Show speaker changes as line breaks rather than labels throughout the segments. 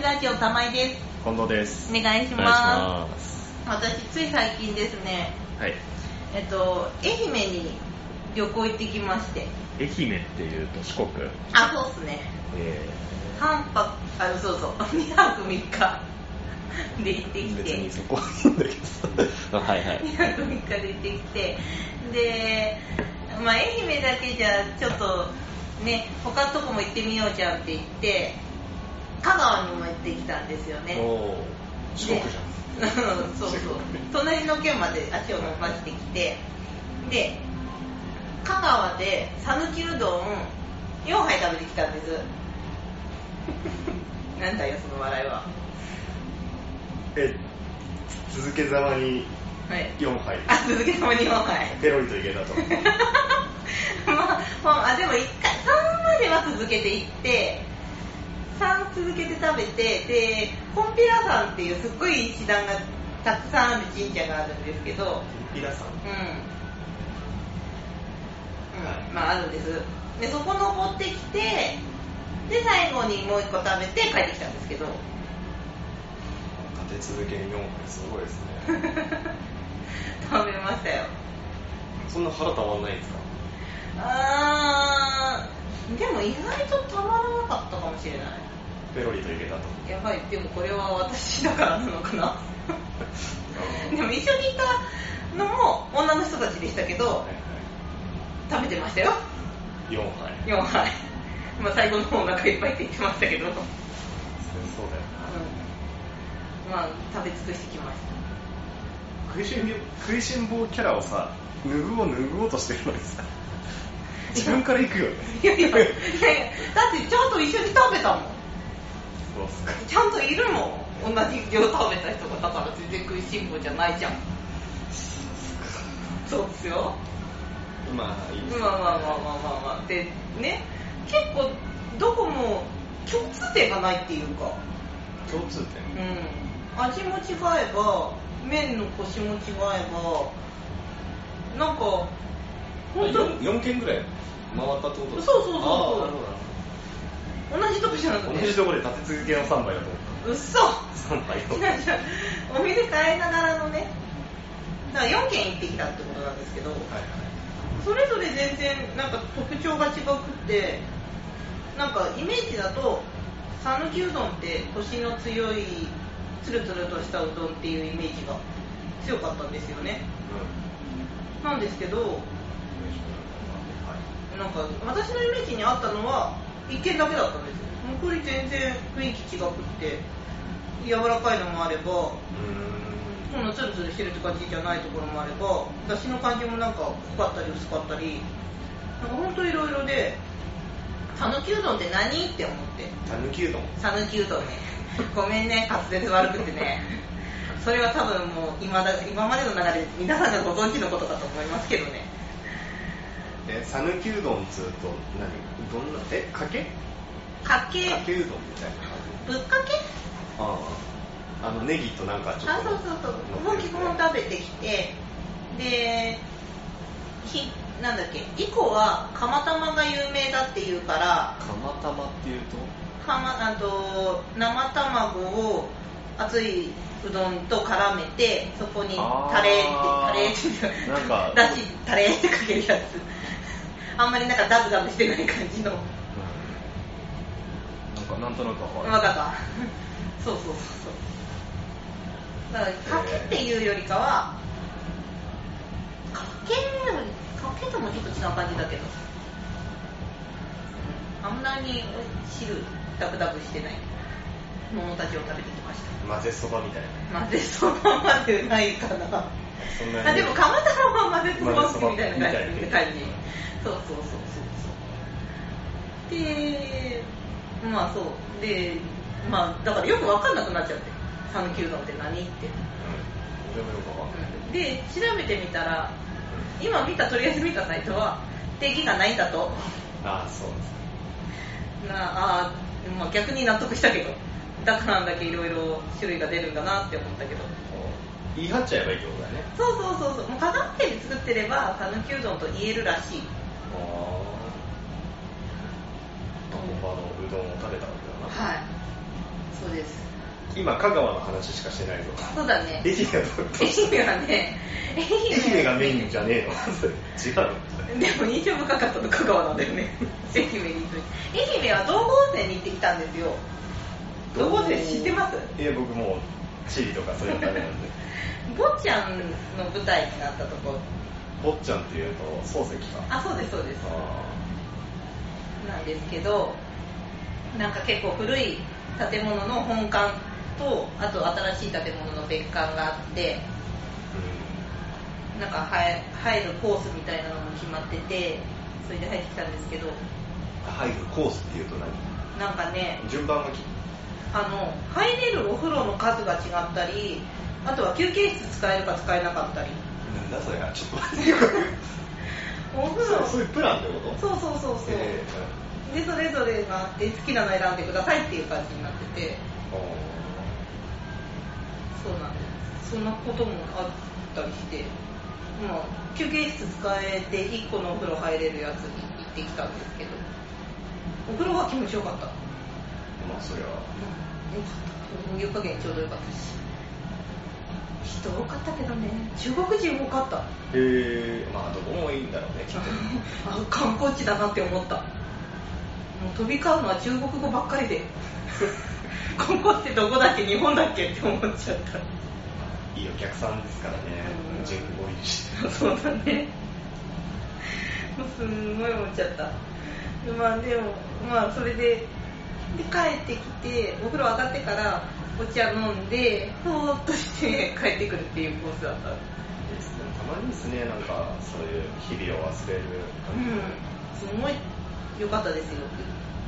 ラジオたまいです。
近藤です
お願いし
お
ま
願いします
す。私、つい最近ですね、
はい
えっと、愛媛に旅行行ってきまして。
愛媛っていうと四国
あ、そうっすね。
え
半泊、あ、そうそう、2泊3日で行ってき
ー、
て。
別にそこはいいんだけどはいはい
2泊3日で行ってきてで、まあ、愛媛だけじゃちょっとね他のとこも行ってみようじゃんって言って香川にも行ってきたんですよね
おー四国じ
う
ゃ
んそうそう隣の県まで足を伸ばしてきてで香川で讃岐うどん4杯食べてきたんです なんだよその笑いは
んえ続けざまに
はい
4杯
あ続けても2杯
ペロリといけ たと
まあ、まああ、でも1回3までは続けていって3続けて食べてでコンピラさんっていうすっごい一段がたくさんある神社があるんですけど
皆さ
うん、
ん
うん、まああるんですでそこ登ってきてで最後にもう1個食べて帰ってきたんですけど
立て続けに4杯すごいです
食
ね
べましたよ
そんな腹たまんないですか
あーでも意外とたまらなかったかもしれない
ペロリといけたと
やばいでもこれは私だからなのかなでも一緒にいたのも女の人たちでしたけど
はいは
食べてましたよ
い4杯
4杯まあ最後の方お腹いっぱいって言ってましたけど、うん、
そうだよな
まあ食べ尽くしてきまし
食いしん坊食いしん坊キャラをさ脱ごう脱ごうとしてるのに さ自分から行くよね
たいやいやいやいやだってちゃんと一緒に食べたもん
そうっすか
ちゃんといるもん同じ量食べた人がだから全然食いしん坊じゃないじゃんそうっすよ
まあいいですね
まあまあまあまあまあまあでね結構どこも共通点がないっていうか
共通
う
点
ん味も違えば麺のコシも違えばなんか本当に
4軒ぐらい回ったってことですか
そうそうそうそう
ああなるほどなる
同じとこじゃなく
ほど
て
同じところで立て続けの3杯だと思っ
うっそ
た3杯
違う違うお店変えながらのねだから4軒行ってきたってことなんですけど
はい
それぞれ全然なんか特徴が違くってなんかイメージだと讃岐うどんってコシの強いつるつるとしたうどんっていうイメージが強かったんですよねなんですけどなんか私のイメージにあったのは1軒だけだったんですよ残り全然雰囲気違くって柔らかいのもあれば
うん
このツルツルしてるって感じじゃないところもあればだしの感じもなんか濃かったり薄かったりなんかほんといろいろで「讃岐うどんって何?」って思って
たぬきうどん
「讃岐うどんね ごめんね滑舌悪くてねそれは多分もう今だ今までの流れで皆さんがご存知のことかと思いますけどね
えさぬきうどんっつうと何どんなえかけ
かけ
かけうどんみたいな感じ
ぶっかけ
あああのネギとなんかちょっ
あ
と
そうそうそうもう基本食べてきてでひなんだっけ以降は釜玉が有名だっていうから
釜玉っていうと
釜あと生卵を熱いうどんと絡めてそこに
あー
タレってタレって
なんか
だしタレってかけるやつあんまりなんかダブダブしてない感じの
なんかなんとなくわ
わかった。 そうそうそうそう。だから、かけっていうよりかは、かけより、かけともちょっと違う感じだけど、あんなに汁ダブダブしてないものたちを食べてきました。
混ぜそばみたいな
混ぜそばまでないかな。
そんなに
あでも、かまたまは混ぜそば好きみたいな感じ。
混ぜそ
そうそうそう
ば
そうそう。で、まあそう。で、まあだからよくわかんなくなっちゃって、讃岐うどんって何って。
うんでもよくわかんない
で、調べてみたら、今見た、とりあえず見たサイトは、定義がないんだと。
ああそうです
なあーまあ、逆に納得したけど、だからあんだけいろいろ種類が出るんだなって思ったけど。
言い張っちゃえばいいってことだね
そうそうそうそう、もう香川県で作ってれば、讃岐うどんと言えるらしい。
ああ鴨場のうどんを食べたわけだな
はい。そうです
今香川の話しかしてないぞ
そうだね
愛媛はどう
愛媛はね
愛媛がメインじゃ ねえの違うの
でも印象深かったの香川なんだよね愛媛に行く愛媛は道後温泉に行ってきたんですよ道後温泉知ってます
いや僕もうチリとかそういう感じ なんで
坊ちゃんの舞台になったとこ
坊っちゃんっていうと漱石か
あそうですそうですなんですけどなんか結構古い建物の本館とあと新しい建物の別館があって
あー
なんか入入るコースみたいなのも決まっててそれで入ってきたんですけど
うん入るコースっていうと何
なんかね
順番がき
あの入れるお風呂の数が違ったりあとは休憩室使えるか使えなかったり
なんだそれちょっと待って
お風
そ
呂
うそういうプランってこと
そうそうそうそう、
え
でそれぞれがあって好きなの選んでくださいっていう感じになってて
ーあ
そうなんですそんなこともあったりしてまあ休憩室使えて1個のお風呂入れるやつに行ってきたんですけどお風呂は気持ちよかった
ーまあそれは
よかったお湯加減ちょうどよかったし人多かったけどね中国人多か った
へえまあどこもいいんだろうねきっと
あ観光地だなって思ったもう飛び交うのは中国語ばっかり でここってどこだっけ日本だっけって思っちゃった
いいお客さんですからね
うん
人口多いし
そうだね。もうすんごい思っちゃった。でまあでも、まあそれで、で帰ってきて、お風呂上がってからお茶飲んで、ほーっとして 帰ってくるっていうコースだった。
たまにですねなんかそういう日々を忘れる
うん。すごい良かったですよ。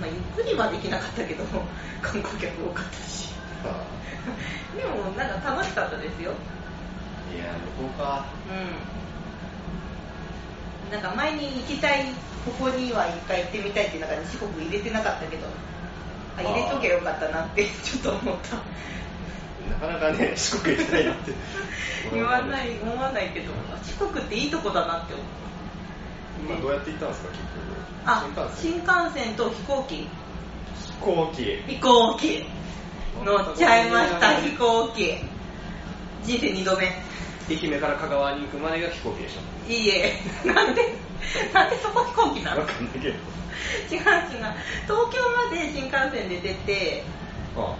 まあゆっくりはできなかったけど、観光客多かったし。
あ
でもなんか楽しかったですよ。
ーいや旅行か
うんなんか前に行きたいここには一回行ってみたいっていう中に四国入れてなかったけどあ入れとけばよかったなってちょっと思った
なかなかね四国行けないなって、
言わないい思わないけどあ四国っていいとこだなって思った
まあ、どうやって行ったんですか
あ
結
新
局
幹線と飛行機
新幹線飛
飛行
行
機乗っちゃいました飛
行
行機人生2度目
機愛媛から香川に行くまでが飛行機でしょ
いいえ なんでなんでそこ飛行機 なの
わかんないけ
違う違
ど
う東京まで新幹線で出て
あ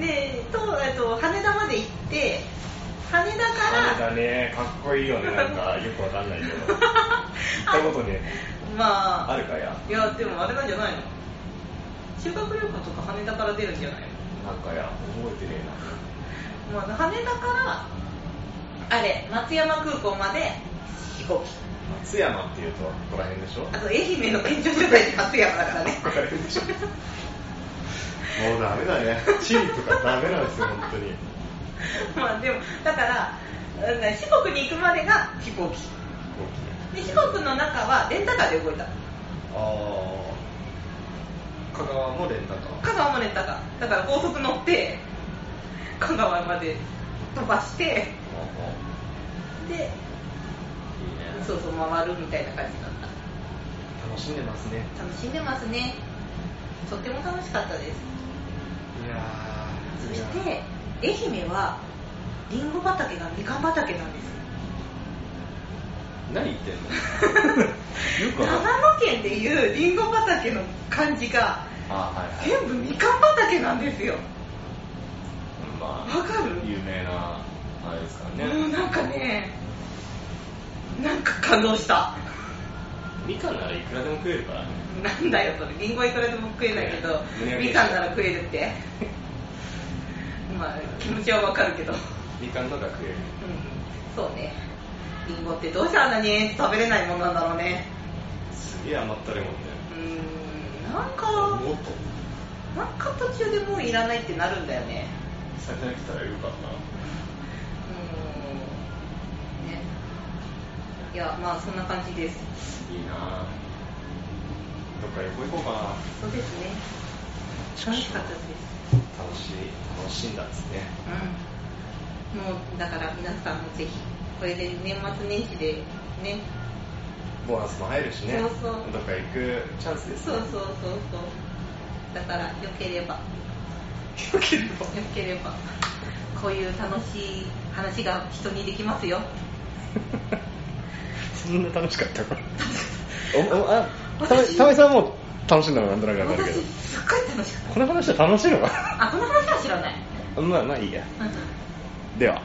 でとえっと羽田まで行って羽田
あれ
か
だねかっこいい よねなんかよくわかんないけど行ったことね
らまあ
あるかや
いやでもあれなんじゃないの修学旅行とか羽田から出るんじゃない
なんかや覚えてね
の、まあ、羽田からあれ松山空港まで飛行機
えな松山っていうとどこら辺でしょ
あと愛媛の県庁所在地松山だからね
わかるでしょもうダメだねチリとかダメなんですよ本当に
まあでもだからうん四国に行くまでが飛行機で四国の中はレンタカーで動いた
ああ香川もレンタカ
香
ー
川もレンタカーだから高速乗って香川まで飛ばしてで
いいね
そうそう回るみたいな感じだっ
楽しんでますね
た楽しんでますねとっても楽しかったです
いや
そして愛媛はりんご畑がみかん畑なん です
何言ってんのよくわかんない
長野県でいうりんご畑の感じが
あーはいはい
全部みかん畑なんですよ
ま
わかる
有名なあれですから
もう
ね
なんかねなんか感動した
みかんならいくらでも食えるからね
なんだよそれリンゴいくらでも食えないけど
ね
みかんなら食えるってまあ気持ちはわかるけどうん
みかんとか食える
そうねリンゴってどうしてあんなに食べれないものなんだろうね
すげえ余ったれもんね
うーんなんか
もっと
なんか途中でもういらないってなるんだよね
魚来たらよかったな
うーんねいやまあそんな感じです
いいなぁどっか旅行行こうかな
そうですね楽しかったです
楽しい楽しんだんですね
うん、もうだから皆さんもぜひこれで年末年始でね
ボーナスも入るしね
そうそう
どっか行くチャンスです
そうそうそうそうだからよければ
よけれ
よ
ば
ければこういう楽しい話が人にできますよ
そんな楽しかったかおおあためためさんはもう楽しんだのなんとなくわかるけ
私す
ど
っごい楽しかっ
この話は楽しいのか
たあこの話は知らない
なまあまあいいや
うん
では